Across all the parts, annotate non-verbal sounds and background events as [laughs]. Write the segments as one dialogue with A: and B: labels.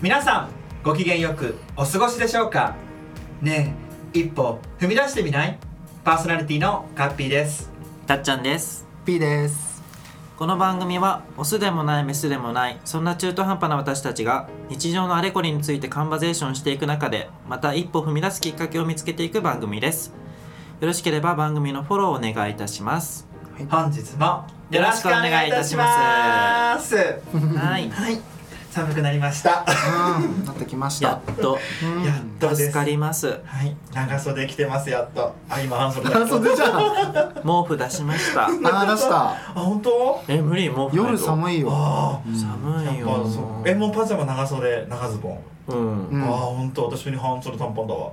A: 皆さんご機嫌よくお過ごしでしょうかねえ一歩踏み出してみないパーソナリティのカッピーです
B: たっちゃんです
C: P です
B: この番組はオスでもないメスでもないそんな中途半端な私たちが日常のあれこれについてカンバゼーションしていく中でまた一歩踏み出すきっかけを見つけていく番組ですよろしければ番組のフォローをお願いいたします
A: 本日もよろしくお願いいたします
B: はい
A: [laughs] はい寒くなりました
C: うんなってきまし
B: や
C: た
B: っと
C: うん
A: やっとです
B: 助かります
A: はい長袖着てますやっとあ今半袖だ
C: 半袖じゃんあ
B: 毛布出し
A: [laughs]
B: ました
C: ー出した
A: あ本当
B: え無理毛布ないと
C: 夜寒いよ
A: あ
C: うん
A: あ
B: 寒い
A: やっぱそ
B: よ
A: うえもうパジャマ長袖長ズボン、
B: うん
C: うん
A: ああ本当私に半袖短パンだわ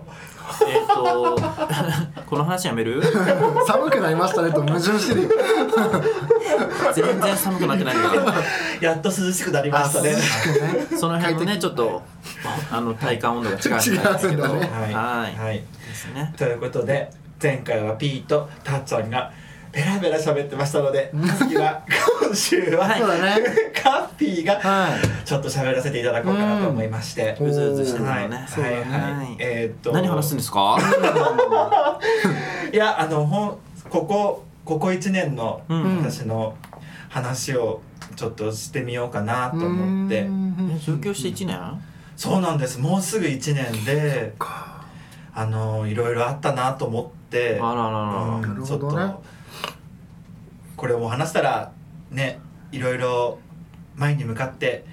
B: えっ、と [laughs] この話やめる [laughs]
C: 寒くなりましたねと矛盾してるよ
B: 全然寒くなってないんだけど
A: やっと涼しくなりましたね
B: その辺のねちょっとあの体感温度が違うんです
C: 違うんだね
A: はい
B: はい
A: はい
B: ですね
A: ということで前回はピーとたっちゃんがベラベラ喋ってましたので次は今週は、
B: はい
C: そうだね
A: カッピーが
C: はい
A: ちょっと喋らせていただこうかなと思いまして、
C: うん
B: うずうずしてたの
A: はい、
B: ね
A: はいはい、
B: はい
A: えーっと
B: 何話すんですか
A: いやあのほんここここ一年の
B: うん
A: 私の話をちょっとしてみようかなと思って、
B: え上京して1年
A: そうなんですもうすぐ1年であのいろいろあったなと思って
B: あららら
A: う
B: ら
A: ん
C: なる
A: ちょ
C: ほ
A: っと
C: どね
A: これを話したらねいろいろ前に向かって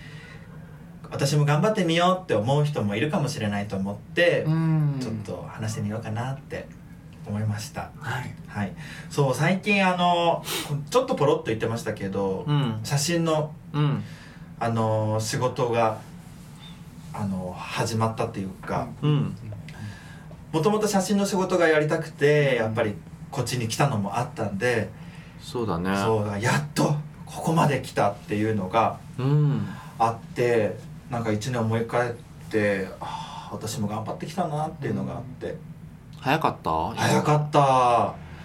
A: 私も頑張ってみようって思う人もいるかもしれないと思って、
C: うん
A: ちょっと話してみようかなって思いました
C: はい
A: はいそう最近あのこちょっとポロッと言ってましたけど、
B: うん
A: 写真の
B: うん
A: あの仕事があの始まったっていうか
B: うん
A: もともと写真の仕事がやりたくてやっぱりこっちに来たのもあったんで、
B: そうだね
A: そうやっとここまで来たっていうのが
B: うん
A: あってなんか一年思い返ってああ私も頑張ってきたなっていうのがあって、
B: 早かった
A: 早かった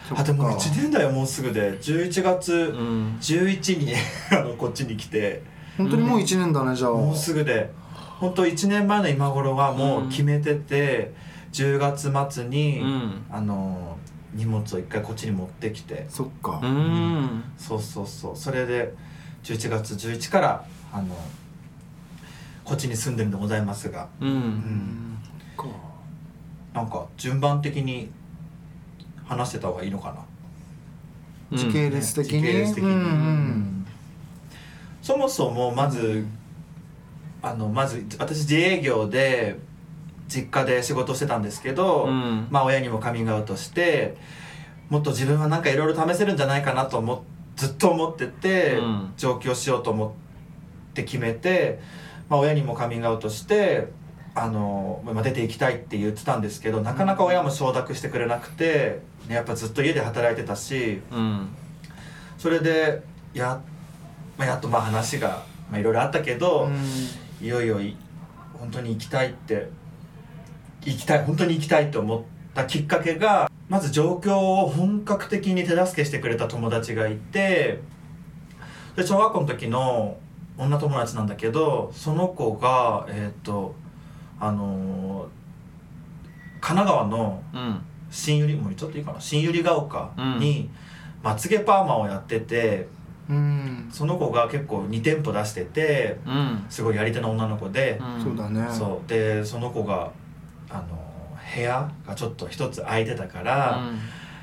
C: そっか
A: あでも1年だよもうすぐで11月
B: うん
A: 11に [laughs] あのこっちに来て
C: 本当にもう一年だねじゃあ
A: もうすぐで本当1年前の今頃はもう決めてて、10月末
B: う
A: に、
B: ん
A: あの荷物を一回こっちに持ってきて
C: そっか
B: うん
A: そうそうそうそれで11月11からあのこっちに住んでるんでございますが
B: う
C: うんんそっか
A: なんか順番的に話してた方がいいのか
B: うん
C: 時系列的に
A: 時系列的に
C: うんう
A: な、
C: ん
A: そもそもまず、あのまず私自営業で実家で仕事してたんですけど、
B: うん
A: まあ親にもカミングアウトしてもっと自分はなんかいろいろ試せるんじゃないかなと思っずっと思ってて、
B: うん
A: 上京しようと思って決めて、まあ、親にもカミングアウトしてあの、まあ、出て行きたいって言ってたんですけどなかなか親も承諾してくれなくて、ね、やっぱずっと家で働いてたし
B: うん
A: それでや,、まあ、やっとまあ話がまあいろいろあったけど、いよいよい本当に行きたいって行きたい本当に行きたいと思ったきっかけがまず状況を本格的に手助けしてくれた友達がいてで小学校の時の女友達なんだけどその子がえーっ、とあのー神奈川の
B: うん
A: 新百合もうちょっといいかな新百合ヶ丘にまつげパーマをやってて
C: うん
A: その子が結構2店舗出してて
B: うん
A: すごいやり手の女の子で。
B: うん
C: そうだね
A: そうでその子があの部屋がちょっと一つ空いてたか
B: う
A: ら
B: ん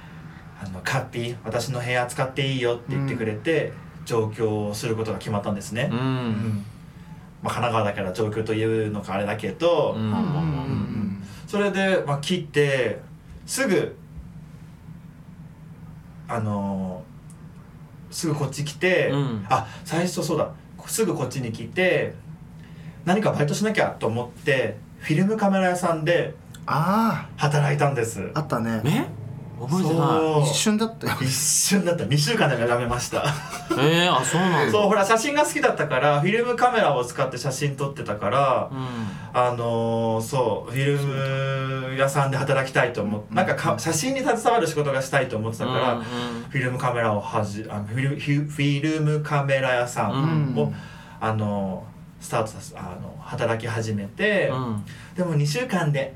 A: 「あのカッピー私の部屋使っていいよ」って言ってくれて、上京することが決まったんですね、
B: う
A: うんまあ、神奈川だから上京というのかあれだけど、
B: うん
C: うん
B: う
C: うん
B: ん
C: うん
A: それで、まあ、切ってすぐあのすぐこっち来て、
B: うん
A: あ最初そうだすぐこっちに来て何かバイトしなきゃと思ってフィルムカメラ屋さんで
C: あ
A: 働いたんです
C: ああったね
B: え覚えてな
A: そう
C: 一瞬だったよ
A: 一瞬だった2週間で目覚めました
B: いえー、あそうなんだ
A: そうほら写真が好きだったからフィルムカメラを使って写真撮ってたから
B: う
A: あのーそうフィルム屋さんで働きたいと思ってなんかか写真に携わる仕事がしたいと思ってた
B: ん、
A: から、
B: うん
A: フィルムカメラをはじあのフィルフィフィルムカメラ屋さん
B: うん
A: を、あのースタートさせあの働き始めて、
B: うん
A: でも2週間で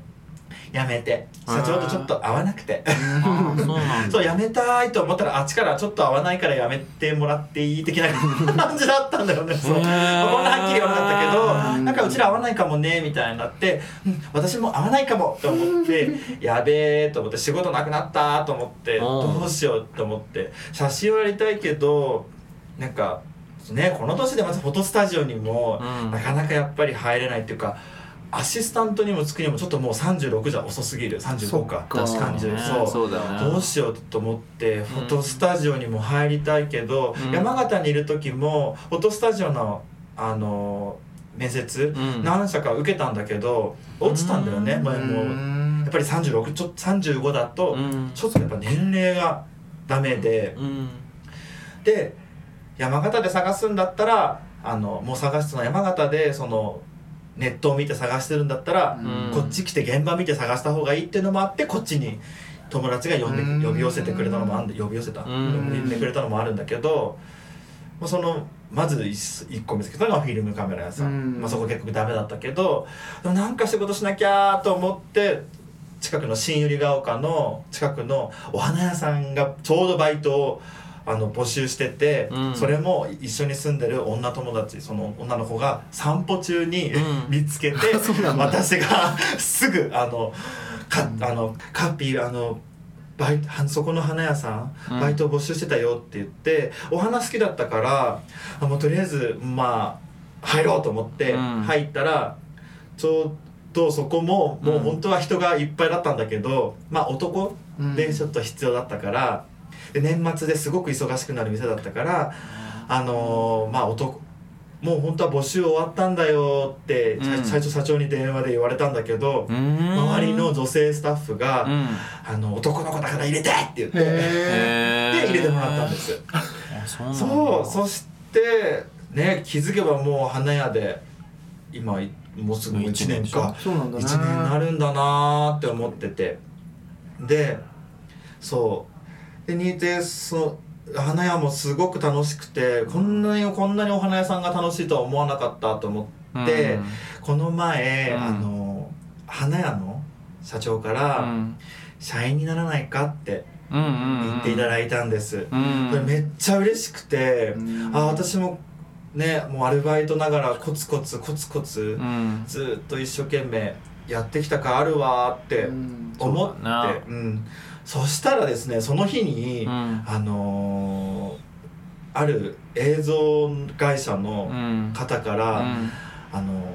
A: 辞めて社長とちょっと合わなくて
B: あーそうなんだ
A: そう辞めたいと思ったらあっちからちょっと合わないから辞めてもらっていい的な感じだったんだよねそう
B: へ
A: こんな
B: ー
A: はっきり言わなかったけ
C: う
A: ど
C: ん
A: なんかうちら合わないかもねみたいになって、うん、私も合わないかもと思ってやべえと思って仕事なくなったと思って
B: ん
A: どうしようと思って写真をやりたいけどなんかねこの年でまずフォトスタジオにも
B: うん
A: なかなかやっぱり入れないっていうか。アシスタントにもつくにもちょっともう36じゃ遅すぎる35か
C: そっか
A: って感じで
B: ね
A: そう
B: そうだよね
A: どうしようと思ってフォトスタジオにも入りたいけど、
B: うん
A: 山形にいる時もフォトスタジオのあの面接、
B: うん
A: 何社か受けたんだけど落ちたんだよね、
B: うん
A: 前もやっぱり36ちょ35だと
B: うん
A: ちょっとやっぱ年齢がダメで、
B: うん
A: で山形で探すんだったらあのもう探してその山形でそのネットを見て探してるんだったら、
B: うん
A: こっち来て現場見て探した方がいいっていうのもあってこっちに友達が呼んで
C: うん
A: 呼び寄せてくれたのもあんで呼び寄せた
B: う
A: 呼
B: ん
A: んでくれたのもあるんだけどまあそのまず 1, 個見つけたのがフィルムカメラ屋さん、
C: うん
A: まあ、そこ結構ダメだったけどでもなんか仕事しなきゃと思って近くの新百合ヶ丘の近くのお花屋さんがちょうどバイトをあの募集してて、
B: うん
A: それも一緒に住んでる女友達その女の子が散歩中に
B: うん
A: 見つけ
B: [laughs]
A: て、
C: あそうなんだ
A: [laughs] 私がすぐあのかあのカッピーあのバイトあそこの花屋さん
B: うん
A: バイト募集してたよって言って、お花好きだったからあもうとりあえずまあ入ろうと思って
B: うん
A: 入ったら、ちょうどそこももう本当は人がいっぱいだったんだけど、まあ男でちょっと必要だったから、で年末ですごく忙しくなる店だったからあのーまあ男もう本当は募集終わったんだよってさい、
B: うん
A: 最初社長に電話で言われたんだけど、
B: うん
A: 周りの女性スタッフが「
B: うん
A: あの男の子だから入れて!」って言って、
C: へえ
B: へー
A: で入れてもらったんです。
B: あそうなんだ
A: そうそしてね気づけばもう花屋で今いもうすぐ
B: もう一
A: 1
B: 年
A: 年か
C: そうなんだ
A: 1
C: ね
A: 年になるんだなーって思っててでそうで認定その花屋もすごく楽しくてこんなにこんなにお花屋さんが楽しいとは思わなかったと思って、
B: うん
A: この前、
B: うん
A: あの花屋の社長か
B: う
A: ら
B: ん
A: 社員にならないかって
B: うんうんうん
A: 言っていただいたんです、
B: うん
A: これめっちゃ嬉しくて、
C: うん
A: あ私もねもうアルバイトながらコツコツコツコツ
B: うん
A: ずーっと一生懸命やってきたかあるわーって
C: うん
A: 思って、
B: そうだな
A: うんそしたらですねその日に、
B: うん
A: あのーある映像会社
B: う
A: の
B: ん
A: 方から、あのー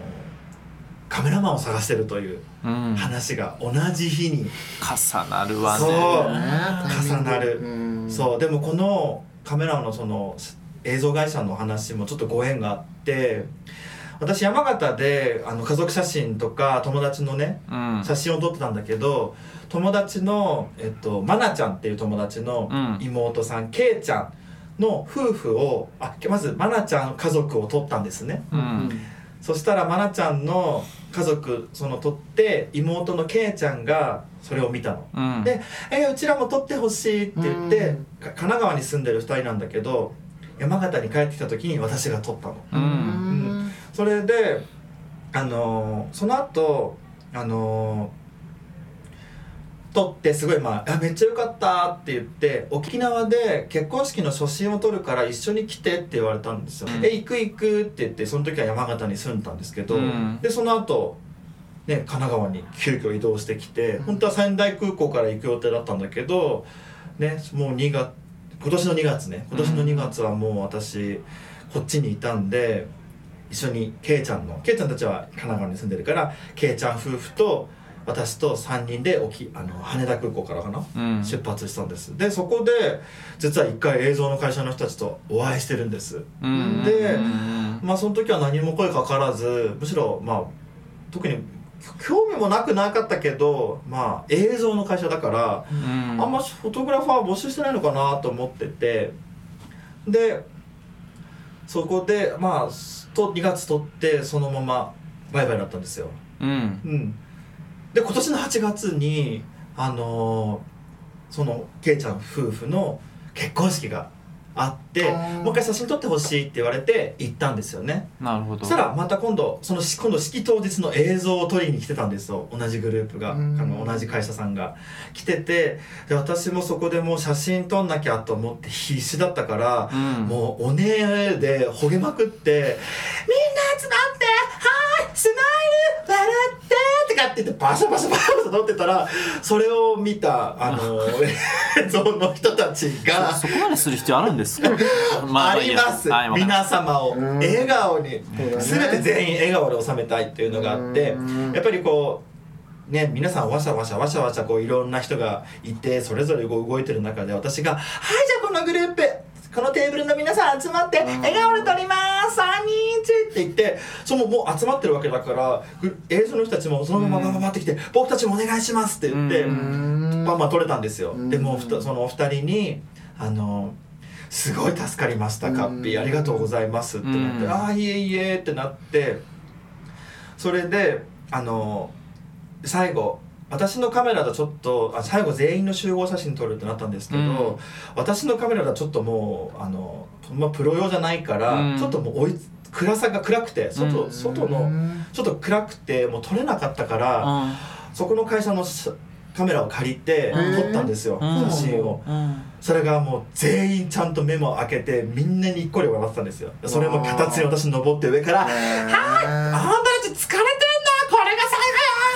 A: カメラマンを探してるという
B: うん
A: 話が同じ日に、
B: 重なるわね
A: そう
C: ね
A: 重なる
C: うん
A: そうでもこのカメラのその映像会社の話もちょっとご縁があって私山形であの家族写真とか友達のね
B: うん
A: 写真を撮ってたんだけど友達の、えっと、まなちゃんっていう友達の
B: うん
A: 妹さん、けいちゃんの夫婦をあまずまなちゃん家族を撮ったんですね
B: う
C: うん
B: ん
A: そしたらまなちゃんの家族その撮って妹のけいちゃんがそれを見たの
B: うん
A: で「えーうちらも撮ってほしい」って言って
C: うん
A: か神奈川に住んでる2人なんだけど山形に帰ってきた時に私が撮ったの
B: う
C: うんん
A: それであのーその後あのー撮ってすごいまああ「めっちゃ良かった」って言って沖縄で結婚式の写真を撮るから一緒に来てって言われたんですよ「
B: うん
A: え行く行く」って言ってその時は山形に住んだんですけど、
B: うん
A: でその後ね、神奈川に急遽移動してきて、
C: うん
A: 本当は仙台空港から行く予定だったんだけど、ね、もう2月今年の2月ね今年の2月はもう私こっちにいたんで一緒にケイちゃんのケイちゃんたちは神奈川に住んでるからケイちゃん夫婦と私と3人で沖あの羽田空港からかな、
B: うん
A: 出発したんですでそこで実は一回映像の会社の人たちとお会いしてるんです
B: うん
A: で
B: うん
A: まあその時は何も声かからずむしろまあ特に興味もなくなかったけどまあ映像の会社だから
B: うん
A: あんましフォトグラファー募集してないのかなと思っててでそこでまあすと2月取ってそのままバイバイだったんですよ。
B: うん
A: うん、で今年の8月にあのーそのけいちゃん夫婦の結婚式があって
C: あー
A: もう一回写真撮ってほしいって言われて行ったんですよね
B: なるほど
A: そしたらまた今度そのし今度式当日の映像を撮りに来てたんですよ同じグループがあ
C: うん
A: の同じ会社さんが来ててで私もそこでもう写真撮んなきゃと思って必死だったから、
B: うん
A: もうおねえでほげまくって「みんな集まってはーいスマイル笑って!」とかって言ってバシャバシャバシャバシャ撮ってたらそれを見たあ
B: [laughs]
A: の映像の人たちが。
B: そそこまでする必要あるんですか
A: [laughs] あ
B: いい
A: り
B: や
A: ます、
B: はいわかりま
A: 皆様を
C: うん
A: 笑顔に
C: そうだね
A: 全て全員笑顔で収めたいっていうのがあって
C: うん
A: やっぱりこうね皆さんわしゃわしゃわしゃわしゃこういろんな人がいてそれぞれこう動いてる中で私が「はいじゃあこのグループこのテーブルの皆さん集まって笑顔で撮ります3人中」って言ってそのもう集まってるわけだからぐ映像の人たちもそのままバババってきて「僕たちもお願いします」って言って。
B: うん
C: うん
A: まあまあ取れたんですよ、
C: うん
A: でもうふたそのお二人にあのすごい助かりましたカッピー、
C: うん
A: ありがとうございますってなって、
B: うん
A: ああいえいえってなってそれであの最後私のカメラだとちょっとあ最後全員の集合写真撮るってなったんですけど、
B: うん
A: 私のカメラだとちょっともうあの、まあ、プロ用じゃないから、
B: うん
A: ちょっともう追いつ暗さが暗くて外,、
B: うん
A: 外のちょっと暗くてもう撮れなかったから、そこの会社のしカメラを借りて
C: うん
A: 撮ったんですよ、
B: うん
A: 写真を、
B: うんうん
A: それがもう全員ちゃんと目も開けてみんなにっこり笑ってたんですよそれも形に私登って上から「あんた
C: は
A: たち疲れてんなこれが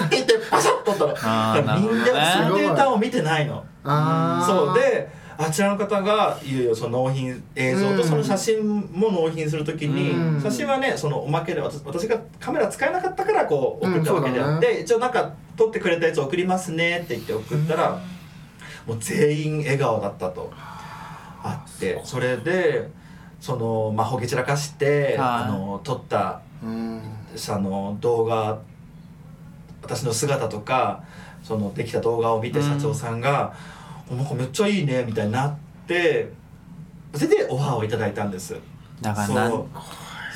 A: 最後や!」って言ってパシャッと撮った
B: あー
A: のだからみんな
B: な
A: そ
B: る
C: ほ
A: の
C: どね
A: データを見てないの
C: あー
A: そうであちらの方がいよいよその納品映像と
C: うん
A: その写真も納品するときに、
B: うん
A: 写真はねそのおまけで私私がカメラ使えなかったからこう送ったわけであって、一応なんか撮ってくれたやつ送りますねって言って送ったら、もう全員笑顔だったとあってそれでそのまあほげ散らかして、
B: はい
A: あの撮った
C: うん
A: あの動画私の姿とかそのできた動画を見て
B: うん
A: 社長さんが「おなんかめっちゃいいね」みたいになってそれでオファーをいただいたんです
B: だからな
A: そう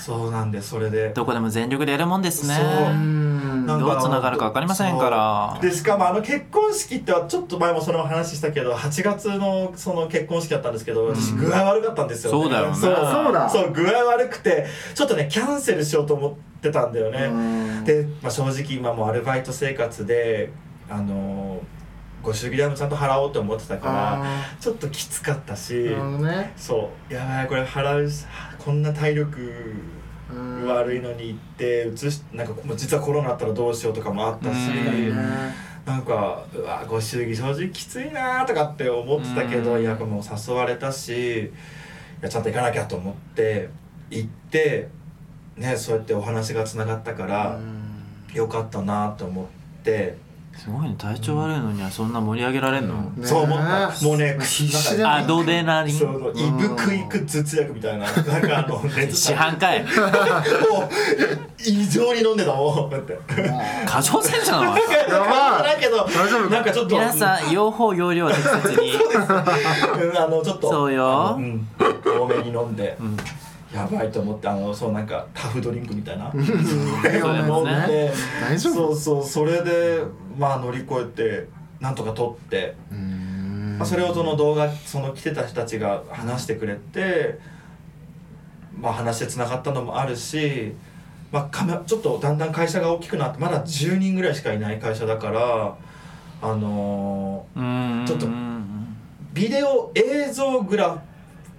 A: そうなんですそれで
B: どこでも全力でやるもんですね
A: そう
C: うん
A: なん
B: どうつながるか分かりませんから
A: そうでしかもあの結婚式ってちょっと前もその話したけど8月のその結婚式だったんですけど私
B: うん
A: 具合悪かったんですよ、
B: そうだよね
A: そう
C: そうだ
A: そう具合悪くてちょっとねキャンセルしようと思ってたんだよね、
C: うん
A: で、まあ、正直今もうアルバイト生活であのーご祝儀代もちゃんと払おうと思ってたから
C: あ
A: ちょっときつかった
C: ー
A: し
C: なるほどね
A: そうやばいこれ払うしこんな体力
C: うん
A: 悪いのに行ってうつしなんかもう実はコロナあったらどうしようとかもあったし
B: うん
A: なんかうわご祝儀正直きついなとかって思ってたけど
B: うん
A: いやもう誘われたしいやちゃんと行かなきゃと思って行ってねそうやってお話がつながったから。よかったなと思って、
B: すごいね体調悪いのにはそんな盛り上げられんの、
C: ねえ
A: そう思ったもうね
C: 必死
A: うん
C: だ
B: ア
C: ね
B: ドレナリン
A: そのイブクイク頭痛薬みたい
B: [laughs]
A: ななんかあの熱
B: 市
A: も
B: 販かいう
A: 異常に飲んでたもんだって
B: 過剰戦車なの
C: ばい
A: だけど
C: 大丈夫
A: なんかちょっと
B: 皆さん用法用量は適
A: [laughs]
B: 切に
A: うんあのちょっと
B: そうよ
A: あのうん多めに飲んで
B: うん
A: やばいと思ってあのそうなんかタフドリンクみたいな飲ん
B: いよね
A: で
C: 大丈夫
A: そうそうそれでまあ乗り越えてなんとか取って
C: うん
A: まあ、それをその動画その来てた人たちが話してくれて、まあ、話でつながったのもあるし、まあ、カメちょっとだんだん会社が大きくなってまだ10人ぐらいしかいない会社だから、あの
B: うん
A: ちょっと
B: うん
A: ービデオ映像グラ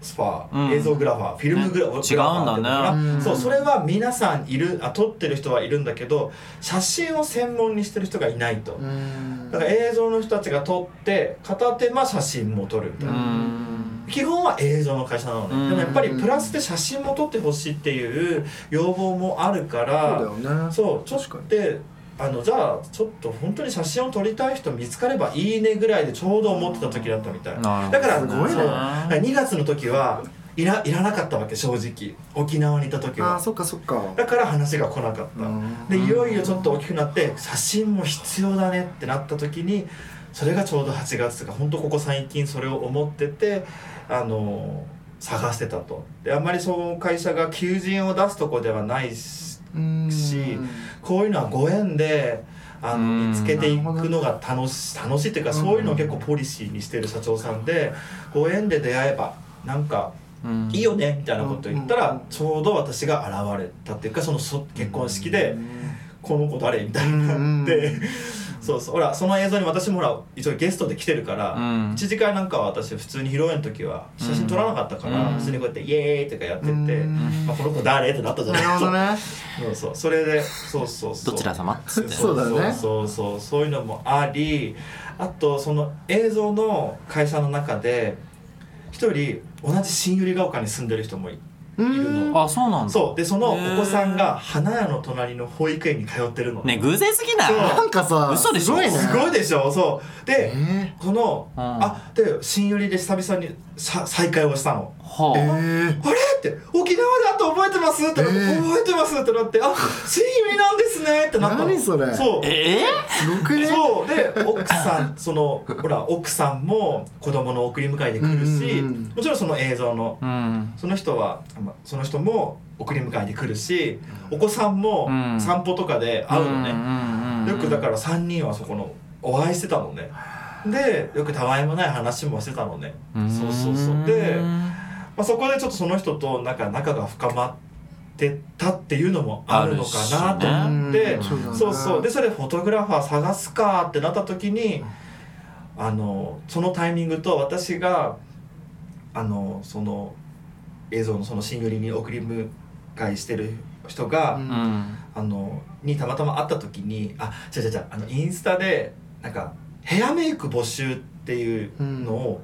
A: スファー、
B: うん
A: 映像グラファーフィルムグラ,、
B: ね
A: グラファーっていうのかな
B: 違
C: うんだね
A: そうそれは皆さんいるあ撮ってる人はいるんだけど写真を専門にしてる人がいないと。
C: うん
A: だから映像の人たちが撮って片手間写真も撮るみたいな
B: う、ん
A: 基本は映像の会社なのね、
B: うん
A: でもやっぱりプラスで写真も撮ってほしいっていう要望もあるから
C: そうだよね
A: そうちょっと
C: 確か
A: であのじゃあちょっと本当に写真を撮りたい人見つかればいいねぐらいでちょうど思ってた時だったみたい
B: なるほ
A: だ
B: ど
A: から
C: すごいね
A: そうだから2月の時はいらいらなかったわけ正直沖縄にいた時
C: あー
A: は
C: そっかそっか
A: だから話が来なかった、
C: うん
A: でいよいよちょっと大きくなって写真も必要だねってなった時にそれがちょうど8月とか本当ここ最近それを思っててあの探してたとであんまりその会社が求人を出すとこではないし
C: うん
A: しこういうのはご縁であの
B: うん
A: 見つけていくのが楽し楽しいっていうかそういうのを結構ポリシーにしてる社長さんでご縁で出会えばなんか
B: うん
A: いいよねみたいなこと言った
C: う
A: ら
C: ん
A: ちょうど私が現れたっていうかそのそ結婚式で「この子誰?」みたいになって
C: うん
A: そうそうほらその映像に私もほら一応ゲストで来てるから
B: うん
A: 一次会なんかは私普通に披露宴の時は写真撮らなかったか
B: うん
A: ら普通にこうやって「イエーイ!」とかやってて
C: うん
A: 「まあこの子誰?」ってなったじゃな
C: ないる
A: です
C: ほ
A: か。そうそ
C: どね
A: うそれでそうそうそう
B: どちら様っつって
C: [laughs] そうだよね
A: そうそうそうそういうのもありあとその映像の会社の中で一人同じ新百合ヶ丘に住んでる人もい
C: い
A: いるの
B: あそうなんだ
A: そうでそのお子さんが花屋の隣の保育園に通ってるの、
B: ね偶然すぎない
A: そう
C: なんかさ
B: 嘘でしょ
C: すごいね
A: すごいでしょそうで、
C: え
A: この、
B: うん
A: あで新百合で久々にさ再会をしたの
B: は
C: ー、え
B: あ
C: ー、
A: あれって沖縄だと覚えてますってなって、
C: えー
A: 覚えてますってなってあ新百合なんですねってなったの
C: 何それ
A: そう
B: え
C: よくね
A: そうで奥さんそのほら奥さんも子供の送り迎えで来るし、
C: うんうんうん
A: もちろんその映像の
B: ーうん
A: その人はまその人も送り迎えで来るしお子さんも
B: うん
A: 散歩とかで会うの
B: うん
A: ね、
B: うんうん
A: よくだから3人はそこのお会いしてたのねでよくたわいもない話もしてたのね、
B: うん
A: そうそうそうで、まあ、そこでちょっとその人となんか仲が深まってたっていうのもあるのかなと
B: あるしね
A: 思って、
C: んだね
A: そうそうでそれフォトグラファー探すかってなった時にあのそのタイミングと私があのその映像のその新寄りに送り迎えしてる人が、
C: うん
B: うん
A: あのにたまたま会った時にあ違う違う違うあのインスタでなんかヘアメイク募集っていうのを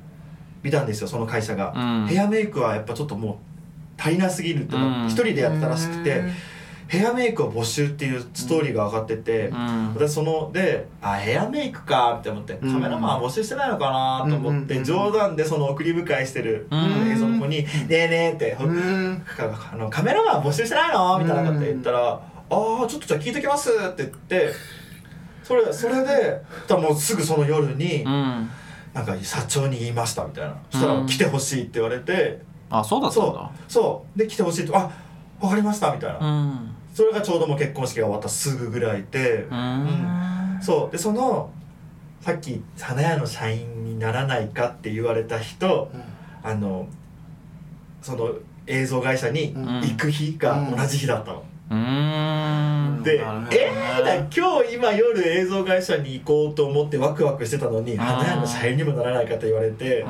A: 見たんですよその会社が、
B: うん
A: ヘアメイクはやっぱちょっともう足りなすぎるって
B: うん
A: 一人でやってたらしくて、ヘアメイクを募集っていうストーリーが上がってて、
B: うん
A: 私そので「あヘアメイクか」って思ってカ
C: うん
A: メラマン募集してないのかなと思っ
C: うんうんうんう
A: て
C: ん
A: 冗談でその送り迎えしてる
B: うん
A: 映像の子に「ねえねえ」ってほ
C: うーん
A: かあの「カメラマン募集してないの?」みたいなこと言ったら「ああちょっとじゃあ聞いてきます」って言ってそれそれでだからもうすぐその夜に
B: うん
A: なんか社長に言いましたみたいなそしたら
B: う
A: 「
B: ん
A: 来てほしい」って言われて
B: あそうだったん
A: そ
B: だ
A: うそうで来てほしいって「あわかりました」みたいな
B: うん
A: それがちょうどもう結婚式が終わったすぐぐらいで
B: う
A: うん
B: ん
A: そうでそのさっき花屋の社員にならないかって言われた人あのその映像会社に
C: うん
A: 行く日が
C: うん
A: 同じ日だったの、
B: うーん
A: で
C: なるほど
A: え
C: ね
A: ーだ今日今夜映像会社に行こうと思ってワクワクしてたのに
B: ん
A: 花屋の社員にもならないかって言われて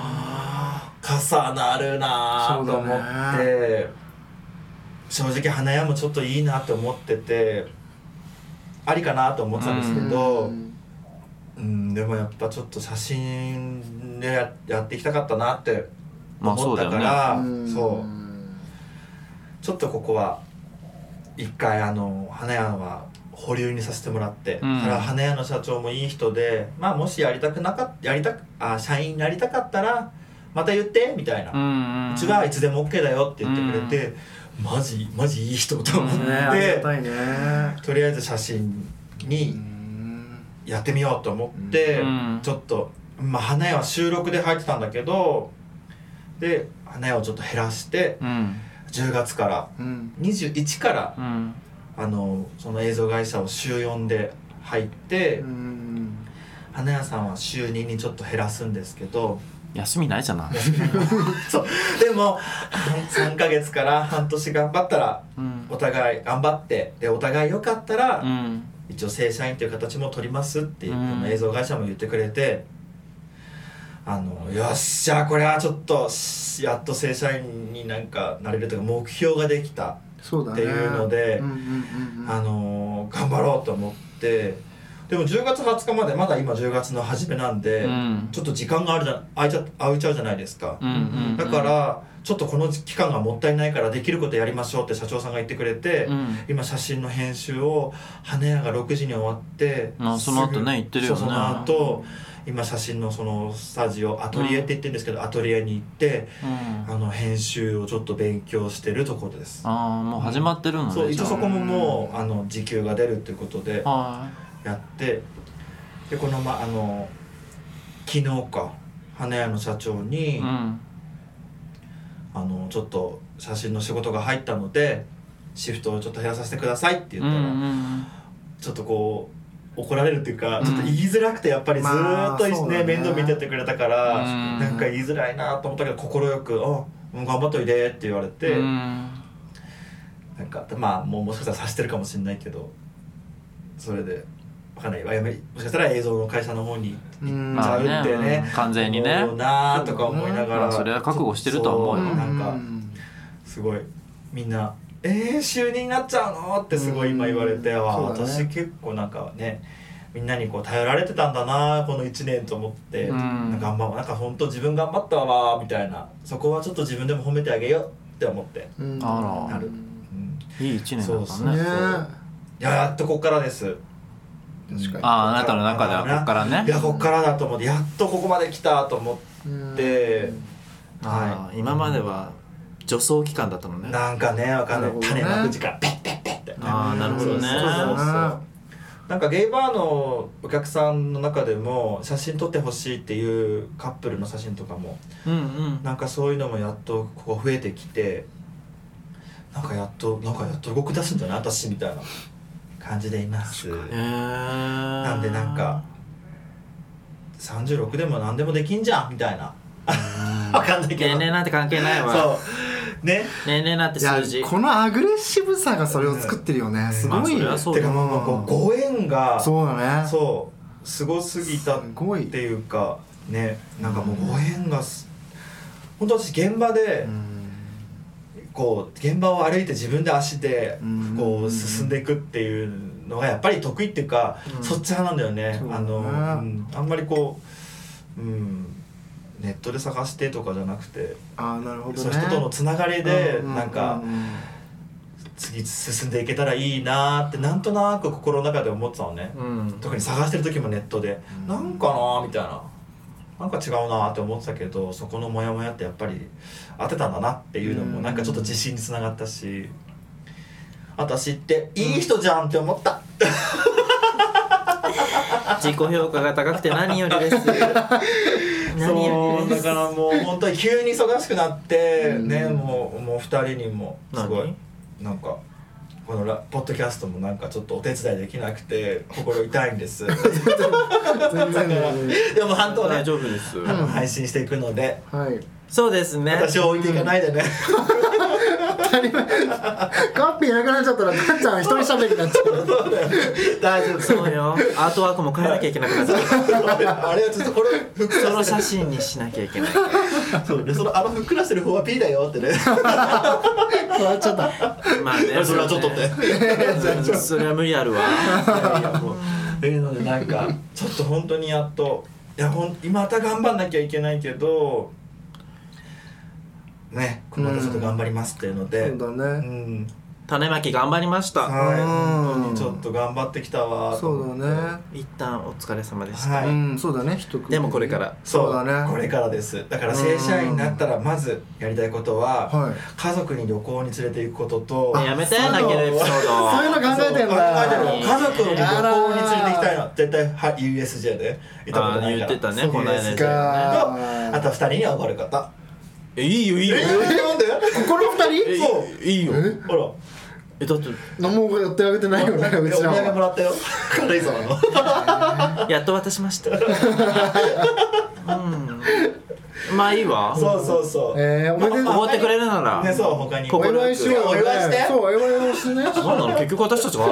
C: あ
A: 重なるなーと思っ
C: そう
A: て、正直花屋もちょっといいなと思っててありかなと思ってたんです
C: ー
A: けど、
C: うん
A: うん、でもやっぱちょっと写真でややっていきたかったなって
B: まあ
A: 思
B: そ
A: っ
B: う
A: た
B: だよ
A: か
B: ね
A: ら、
C: うん
A: そうちょっとここは一回あの花屋は保留にさせてもらって、
B: うん
A: それは花屋の社長もいい人で、まあ、もしやりたくなかっやりたくあ社員になりたかったらまた言ってみたいな、
B: う
A: うんちはいつでも OK だよって言ってくれて、マジマジいい人と思っ
B: うん
C: ねあり
A: て
C: が、たいね
A: とりあえず写真に
C: うん
A: やってみようと思って、
B: うん
A: ちょっと、まあ、花屋は収録で入ってたんだけどで花屋をちょっと減らして
B: うん
A: 10月から
C: うん
A: 21から
B: うん
A: あのその映像会社を週4で入って、
C: うん
A: 花屋さんは週2にちょっと減らすんですけど
B: [laughs] 休みないじゃない
A: そうでも3ヶ月から半年頑張ったら
B: うん
A: お互い頑張ってでお互い良かったら、
B: うん
A: 一応正社員という形も取りますっていう、
B: うん
A: 映像会社も言ってくれてあのよっしゃこれはちょっとしやっと正社員になんかなれるというか目標ができた、
C: そうだ
A: っ
C: ね
A: ていうので
C: うんうんうんうん
A: あのー頑張ろうと思ってでも10月20日までまだ今10月の初めなんで、
B: うん
A: ちょっと時間があるじゃ空いちゃ空いちゃうじゃないですか、
B: うんうん
A: だからちょっとこの期間がもったいないからできることやりましょうって社長さんが言ってくれて、
B: うん
A: 今写真の編集を花屋が6時に終わって
B: あその後ね
A: すぐ
B: 行ってるよね
A: そうその後今写真のそのスタジオアトリエって言ってるんですけど、アトリエに行って
B: うん
A: あの編集をちょっと勉強してるところです
B: ああもう始まってるのね
A: そう一応
B: じゃ
A: そこももうあの時給が出るということで
B: あは
A: やってでこのまあの昨日か花屋の社長
B: い
A: に、
B: うん
A: あのちょっと写真の仕事が入ったのでシフトをちょっと減らさせてくださいって言ったら、
B: うん
A: ちょっとこう怒られるっていうか、
B: うん
A: ちょっと言いづらくてやっぱりずーっと、
C: まあそう
A: ね
C: だね
A: 面倒見ててくれたから、
B: うん
A: なんか言いづらいなと思ったけど快く「あもう頑張っといでって言われて、
B: うん
A: なんかまあもうもしかしたら察してるかもしれないけどそれでわかんないわやめもしかしたら映像の会社の方に
C: うん
A: まあちゃうってね
B: うん完全にね
A: 思うなーとか思いなが
B: ま
A: ら、
B: あそれは覚悟してるとは思うよ
A: そなん
C: う
A: か
C: ん
A: すごいみんな「えー、就任になっちゃうの?」ってすごい今言われて、
C: うん
A: わあ
C: そうだね
A: 私結構なんかねみんなにこう頼られてたんだなこの1年と思って、
B: うん
A: なんか頑張なんか本当自分頑張ったわみたいなそこはちょっと自分でも褒めてあげようって思って、
C: うん
B: あら
A: なるうん
B: いい一年だっ
A: そ
B: た
A: うそ
B: ね
A: う
C: ね
A: いややっとこっからです
C: 確かに
B: あああなたの中ではこっからね
A: いやこっからだと思ってやっとここまで来たと思って
C: うん
A: で
B: ああ今までは助走期間だったもんね
A: なんかねわかんない、
C: なるほどね
A: 種まく時間ペッペッペッって
B: あーなるほどね
A: そう [laughs] そうそうなんかゲイバーのお客さんの中でも写真撮ってほしいっていうカップルの写真とかも
B: うんうん
A: なんかそういうのもやっとここ増えてきてなんかやっとなんかやっと動き出すんじゃない私みたいな感じでいます
B: へえな
A: なんでなんか36でも何でもできんじゃんみたいなわかんないけ
B: 年
A: ど、
B: 齢なんて関係ないわ
A: そうね
B: 年齢なんて
C: いや
B: 数字
C: このアグレッシブさがそれを作ってるよねすご
B: まあそ
C: い
B: り
C: よ
B: ゃそう
A: て
B: だ
A: か
B: よ
A: もうなんかご縁が
C: そうだね
A: そうすごすぎたっ
C: すごい
A: ていうかねなんかもうご縁がす本当私現場で
C: うん
A: こう現場を歩いて自分で足で
C: うん
A: こう進んでいくっていうのがやっぱり得意っていうか、
B: うん
A: そっち派なんだよね
C: そうだね
A: あの、うんあんまりこう、うん、ネットで探してとかじゃなくて
C: ああなるほど
A: そう
C: ね
A: いう人とのつながりで
C: ううう
A: なんか次進んでいけたらいいなーってなんとなく心の中で思ってたのね。
B: うん
A: 特に探してる時もネットで、
C: うん
A: なんかなーみたいななんか違うなーって思ってたけどそこのモヤモヤってやっぱり当てたんだなっていうのも
C: うん
A: なんかちょっと自信につながったし私っていい人じゃんって思った、
B: 自己評価が高くて何よりです何
A: そ
B: よ
A: う
B: りで
A: だ
B: す
A: からもう本当に急に忙しくなって、
C: うん
A: ねもうもう2人にもすごいな
B: 何
A: んかこのラポッドキャストもなんかちょっとお手伝いできなくて心痛いんです
C: 全然
A: でも半島ね
B: 大丈夫です
A: あの配信していくので、
C: はい
B: そうですね
A: 私を置いていかないでね、
C: 当たり前カッピーいなくなっちゃったらカッちゃん一人喋りになっちゃ
B: [laughs]
C: う
A: [laughs] 大丈夫
B: そうよアートワークも変えなきゃいけなくなっちゃう
A: あれはちょっとこれふっく
B: その
A: らして
B: 写真にしなきゃいけない
A: るそうでそのあのふっくらしてる方は P だよってね
C: 笑っちゃった
B: まあね
A: [laughs] それはちょっとって
B: うんそれは無理あるわ
A: [laughs] いやもうっていうのでなんかちょっと本当にやっといやほんまた頑張んなきゃいけないけどねこの後ちょっと頑張りますっていうので
C: そうだ
A: う
C: ね
A: ん
B: 種まき頑張りました
A: はい
C: うん
A: 本当にちょっと頑張ってきたわと
C: そ
A: 思っ
C: う
A: て
C: だね
B: 一旦お疲れ様でした、
A: はい
C: うんそうだね一組
B: でもこれから
A: そう
C: そうだね
A: これからですだから正社員になったらまずやりたいことは
C: はい
A: 家族に旅行に連れて行くことと
B: ねやめて泣けるエピソー
C: そういう
B: ド
C: の考えてん
A: 考
C: だ
A: えてるの
B: いい
A: 家族に旅行に連れて行きたいの絶対は USJ で行ったこ
B: あ
A: と
B: ー
A: ないから
B: 言ってたね
A: そう
B: この間
A: です
B: ね
A: あと二人には怒る方
B: えいいよいいよ
A: えなんで
C: この二
B: え
C: 人
A: そう
B: いいよ
C: え
A: ほら
B: えだって
C: 何もやってあげてないよねう
A: えお
C: ちら
A: 土産も
C: は
A: らったよ軽井沢の
B: やっと渡しました。うん。まあいいわ。
A: そうそうそう
C: えーおめで
B: お
C: と
B: ご
C: う
B: ってくれるなら。
A: ねそう他に
B: こ
C: お
B: こ
C: 祝いしようよ
A: お祝いして
C: そうお祝いをしね
B: なんなの結局私たちが。
A: い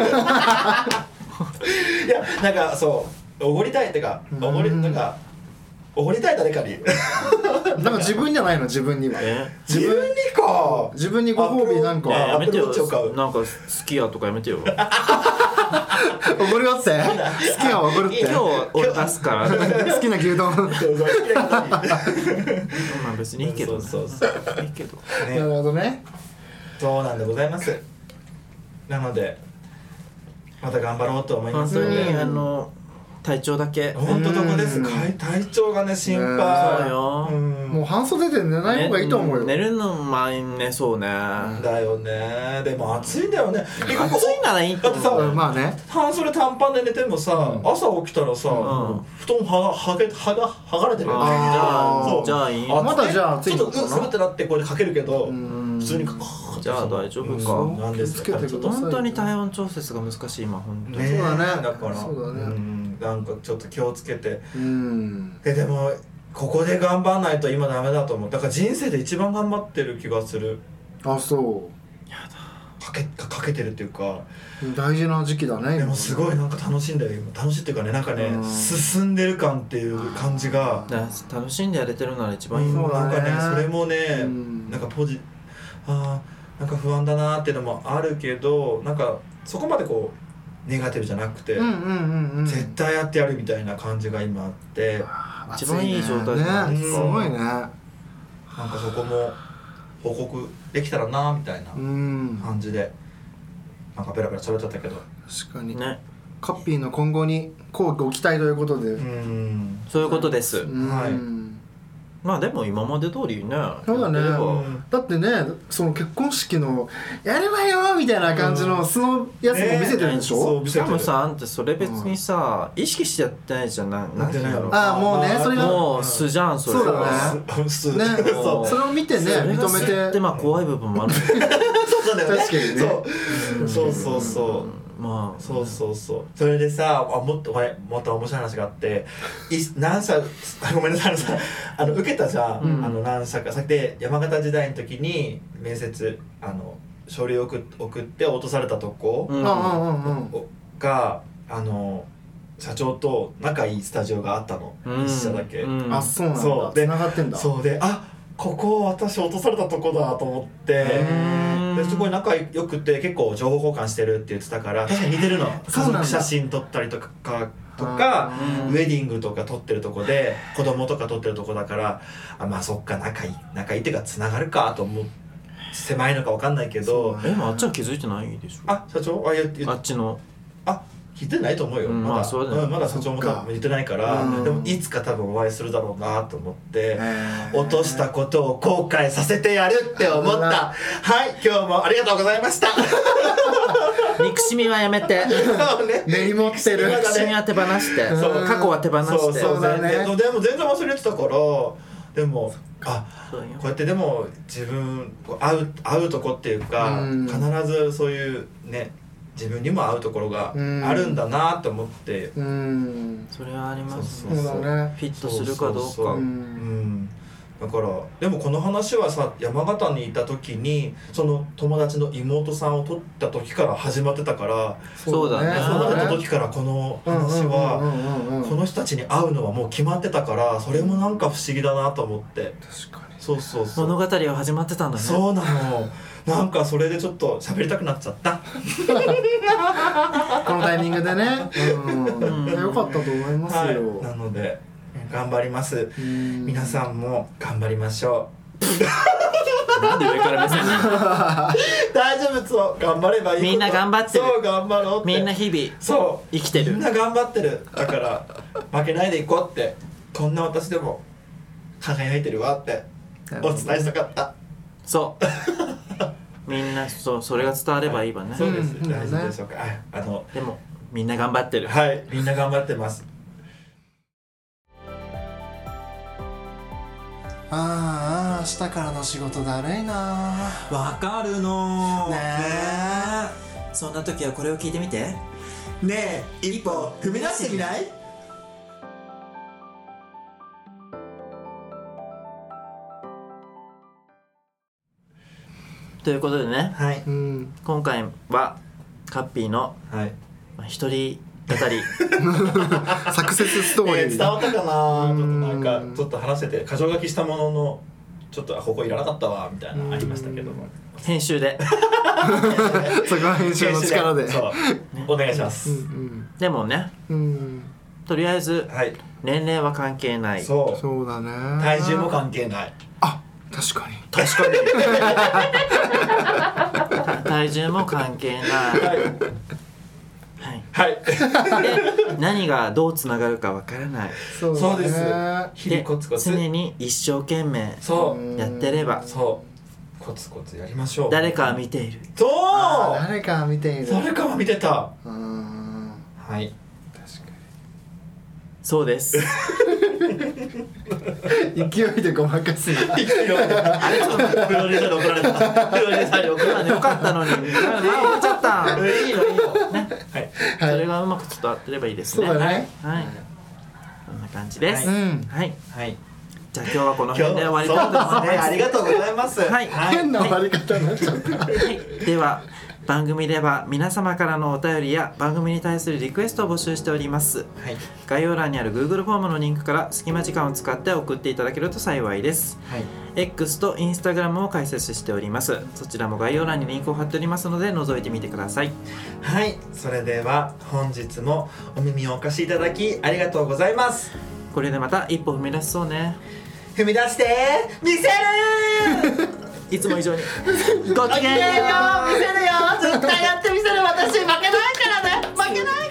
A: やなんかそうおごりたいってかおごりなんかおごりたい誰かに
C: なんか自分じゃないの自分には
B: え
A: 自分にか
C: 自分にご褒美なん
B: いや
A: あ
C: か
B: やめてよ
A: アップルウォッチを買。う
B: なんか好きやとかやめてよ。今
C: おごるよって好きなおごるって
B: 日俺出すから。
C: 好きな牛丼な
A: そうそう好きな人に
B: まあ別 [laughs] にいいけどね。
A: そうそう
B: いいけど。
A: ね
C: るほどね
A: そうなんでございますなのでまた頑張ろうと思いま
B: 本
A: す
B: 当
A: ので
B: にあの体調だけ。
A: 本当どこです
C: うん
A: かい体調がね心
C: うん
A: 配
B: そうよ
A: ん
C: もう半袖で寝ない方がいいと思うよ
B: 寝るの前にねそうね。
A: だよねでも暑いんだよねえここ
B: 暑いならいいと思う
A: だって
C: うんまあね
A: 半袖短パンで寝てもさ、
C: うん
A: 朝起きたらさ、
B: ん
A: 布団はがはげはが剥がれてるよね
B: あ
C: ー
A: そう
B: じゃあいい
A: 暑
C: まだじゃあ暑い
A: ち
C: の
A: ょっと
C: かな
A: うすぐってなってこれかけるけど、
C: うん
A: 普通にカーって
B: じゃあ大丈夫か
A: うんなんです
C: 気をつけてください
B: 本当に体温調節が難しい今本当に。
A: ね
C: そうだね
A: だから
C: そうだね
A: んなんかちょっと気をつけて
C: うん
A: えでもここで頑張んないと今ダメだと思うだから人生で一番頑張ってる気がする
C: あそ
A: かけかかけてるっていうか
C: う大事な時期だね
A: でもすごいなんか楽しんだよ今楽しいっていうかねなんかね、
C: うん
A: 進んでる感っていう感じが、
B: だから楽しんでやれてるなら一番いい、
C: うん
B: う
C: そうだね
A: なんかねそれもね、
C: うん
A: なんかポジあーなんか不安だなーっていうのもあるけどなんかそこまでこうネガティブじゃなくて、
C: うんうんうんうん
A: 絶対やってやるみたいな感じが今あって
C: あ
B: 一番いい状態じゃない
C: ね
A: ですか
C: すごいね
A: なんかそこも報告できたらなーみたいな
C: うん
A: 感じでなんかペラペラ喋っちゃったけど
C: 確かに
B: ね
C: カッピーの今後にこうご期待ということで
A: うーん
B: そういうことです、
C: うん
A: はい
B: まあでも今まで通りね
C: そうだね
B: やってれば
A: うん
C: だってねその結婚式の「やるわよ!」みたいな感じのそのやつも見せてるんでし
A: そ
C: ょ
A: う見
B: し
A: せ
B: か
A: て
B: も
A: る
B: さあんたそれ別にさ、意識してやってないじゃんないなんていうんだろう
C: あーもうね
A: ま
C: それが
B: もう素じゃんそれ
C: そうだね
A: ね素
C: ね
A: そう
C: それを見てね
B: それが
C: 認め
B: 素って
C: て
B: まあ怖い部分もあるけど
A: そうなんだよね
C: 確かにね
A: そうそうそうそう
B: まあ
A: そうそうそうそれでさあもっとこれもっと面白い話があってい何社 [laughs] ごめんなさいあのさあの受けたじゃん、
B: うん
A: あの何社かさで山形時代の時に面接あの書類を送っ送って落とされたとこ
B: うん
C: うんうんうんうん
A: が、あの社長と仲いいスタジオがあったの、
B: うん
A: 一社だけ、
B: うん
C: あそうなん
A: そ
C: だ
A: うで
C: 繋がってんだ
A: そうであここ私落とされたとこだと思って。
B: うん
A: ですごい仲良くて結構情報交換してるって言ってたから確かに似てるの
C: そう
A: 家
C: なん
A: 族
C: だ
A: 写真撮ったりとかとか
B: う
A: ウェ
B: ん
A: ディングとか撮ってるとこで子供とか撮ってるとこだからあまあそっか仲いい仲いいっていうかつながるかと思う狭いのか分かんないけど
C: そうだね
B: えまああっちは気づいてないでしょ
A: あ社長あ言って
B: あっちの
A: あ聞いてないと思うよ、
B: うん
A: まだ、
B: まあそうだよね
A: んまだ社長も多
C: そっか
A: 分言ってないから、
C: うん
A: でもいつか多分お会いするだろうなと思って、
C: へー
A: 落としたことを後悔させてやるって思っ
C: あ
A: た
C: ら
A: はい今日もありがとうございま
C: [laughs]
A: した
B: 憎しみはやめて
A: そうね
C: 根に持って
A: そう
C: る
B: 憎
A: だ
B: し
A: ね
B: みは手放して
C: そう
B: 過去は手放して
A: そうそう
C: そうだね
A: 全然でも全然忘れてたからでもあ
B: そうよ
A: こうやってでも自分こう会う会うとこっていうか、
C: うん
A: 必ずそういうね自分にも合うところがあるんだなと思って、
C: うん
B: それはあります
A: そう
B: ね
C: そうだね
B: フィットするかど
A: そうそううそ
B: か
A: ううんだからでもこの話はさ山形にいた時にその友達の妹さんを取った時から始まってたから
B: そうだね
A: そう
B: だ
A: な
B: ね
A: った時からこの
C: うんうん
A: 話は
C: うんうんうん
A: この人たちに会うのはもう決まってたからそれもなんか不思議だなと思って
C: 確かに
A: そうそうそう
B: 物語は始まってたんだね
A: そうなのなんかそれでちょっと喋りたくなっちゃった
C: このタイミングでねうん
B: うん
C: よかったと思いますよ
A: はいなので頑張ります皆
C: 皆ん
A: さんも頑張りましょ
B: なんで上から目線なの
A: う大丈夫そう頑張ればいいこと
B: みんな頑張ってる
A: そう頑張ろうって
B: みんな日々
A: そう
B: 生きてる
A: みんな頑張ってるだから負けないでいこうってこんな私でも輝いてるわってお伝えしたかった
B: そうみんなそうそれが伝わればいいわね、
A: そうです、
C: うん
A: 大丈夫でしょうか、はいあの
B: でもみんな頑張ってる
A: はいみんな頑張ってます
C: あーあー明日からの仕事だるいな
B: わかるの
C: ね
B: えそんな時はこれを聞いてみて
A: ねえ一歩踏み出してみない
B: ということでね
A: はい
C: うん
B: 今回はカッピーの
A: はい
B: まあ一人語
A: [laughs]
B: り
C: サクセスストー
A: え
C: リ
A: ー伝
C: ー
A: わったかなちょっ
C: う
A: と
C: ん
A: なんかちょっと話してて箇条書きしたもののちょっとあここいらなかったわみたいなのありましたけども
B: 編集で
C: そこは編集の力で
A: そうお願いします、
C: うん
B: でもね
C: うん
B: とりあえず
A: はい
B: 年齢は関係ない
C: うん
A: そう
C: そうだね
A: 体重も関係ない
C: あ確かに
B: 確かに体重も関係ない、
A: はい
B: はい、
A: はい
B: で何がどうつながるかわからない
C: そ
A: そうです
C: ね
A: 日々
B: で
A: コツコツ
B: 常に一生懸命
A: そ
C: うん
B: やってれば
A: うそうコツコツやりましょう
B: 誰かは見ている
A: そう
C: あー誰か見ている
A: 誰かは見てた
C: うーん
A: [laughs] はい
C: 確
B: そうです
C: かに勢いでごまかすな
A: 勢いよあれちょっとプロデューサーに怒られたプロデューサーに怒られた
B: よかったのになんか怒っちゃった
A: うんいいのいいのねはい
C: はい
B: それがうまく伝わってればいいです
C: そう
B: ね
C: だね
B: はいこんな感じです
C: うん
B: はい
A: はい
B: じゃあ今日はこの
A: 今
B: 辺
A: 日
B: で終わり
A: そう
B: たいと思
A: で
B: い
A: す
B: ます
A: ねありがとうございます
B: はい
C: 変な終わり方になっちゃった
B: はい、では番組では皆様からのお便りや番組に対するリクエストを募集しております
A: はい
B: 概要欄にある Google フォームのリンクから隙間時間を使って送っていただけると幸いです
A: はい
B: X と Instagram も開設しておりますそちらも概要欄にリンクを貼っておりますので覗いてみてください
A: はい、それでは本日もお耳をお貸しいただきありがとうございます。
B: これでまた一歩踏み出せそうね
A: 踏み出して見せる [laughs]
B: いつも以上 [laughs] にごきげんよう
A: 見せるよ絶対やってみせる私負けないからね負けない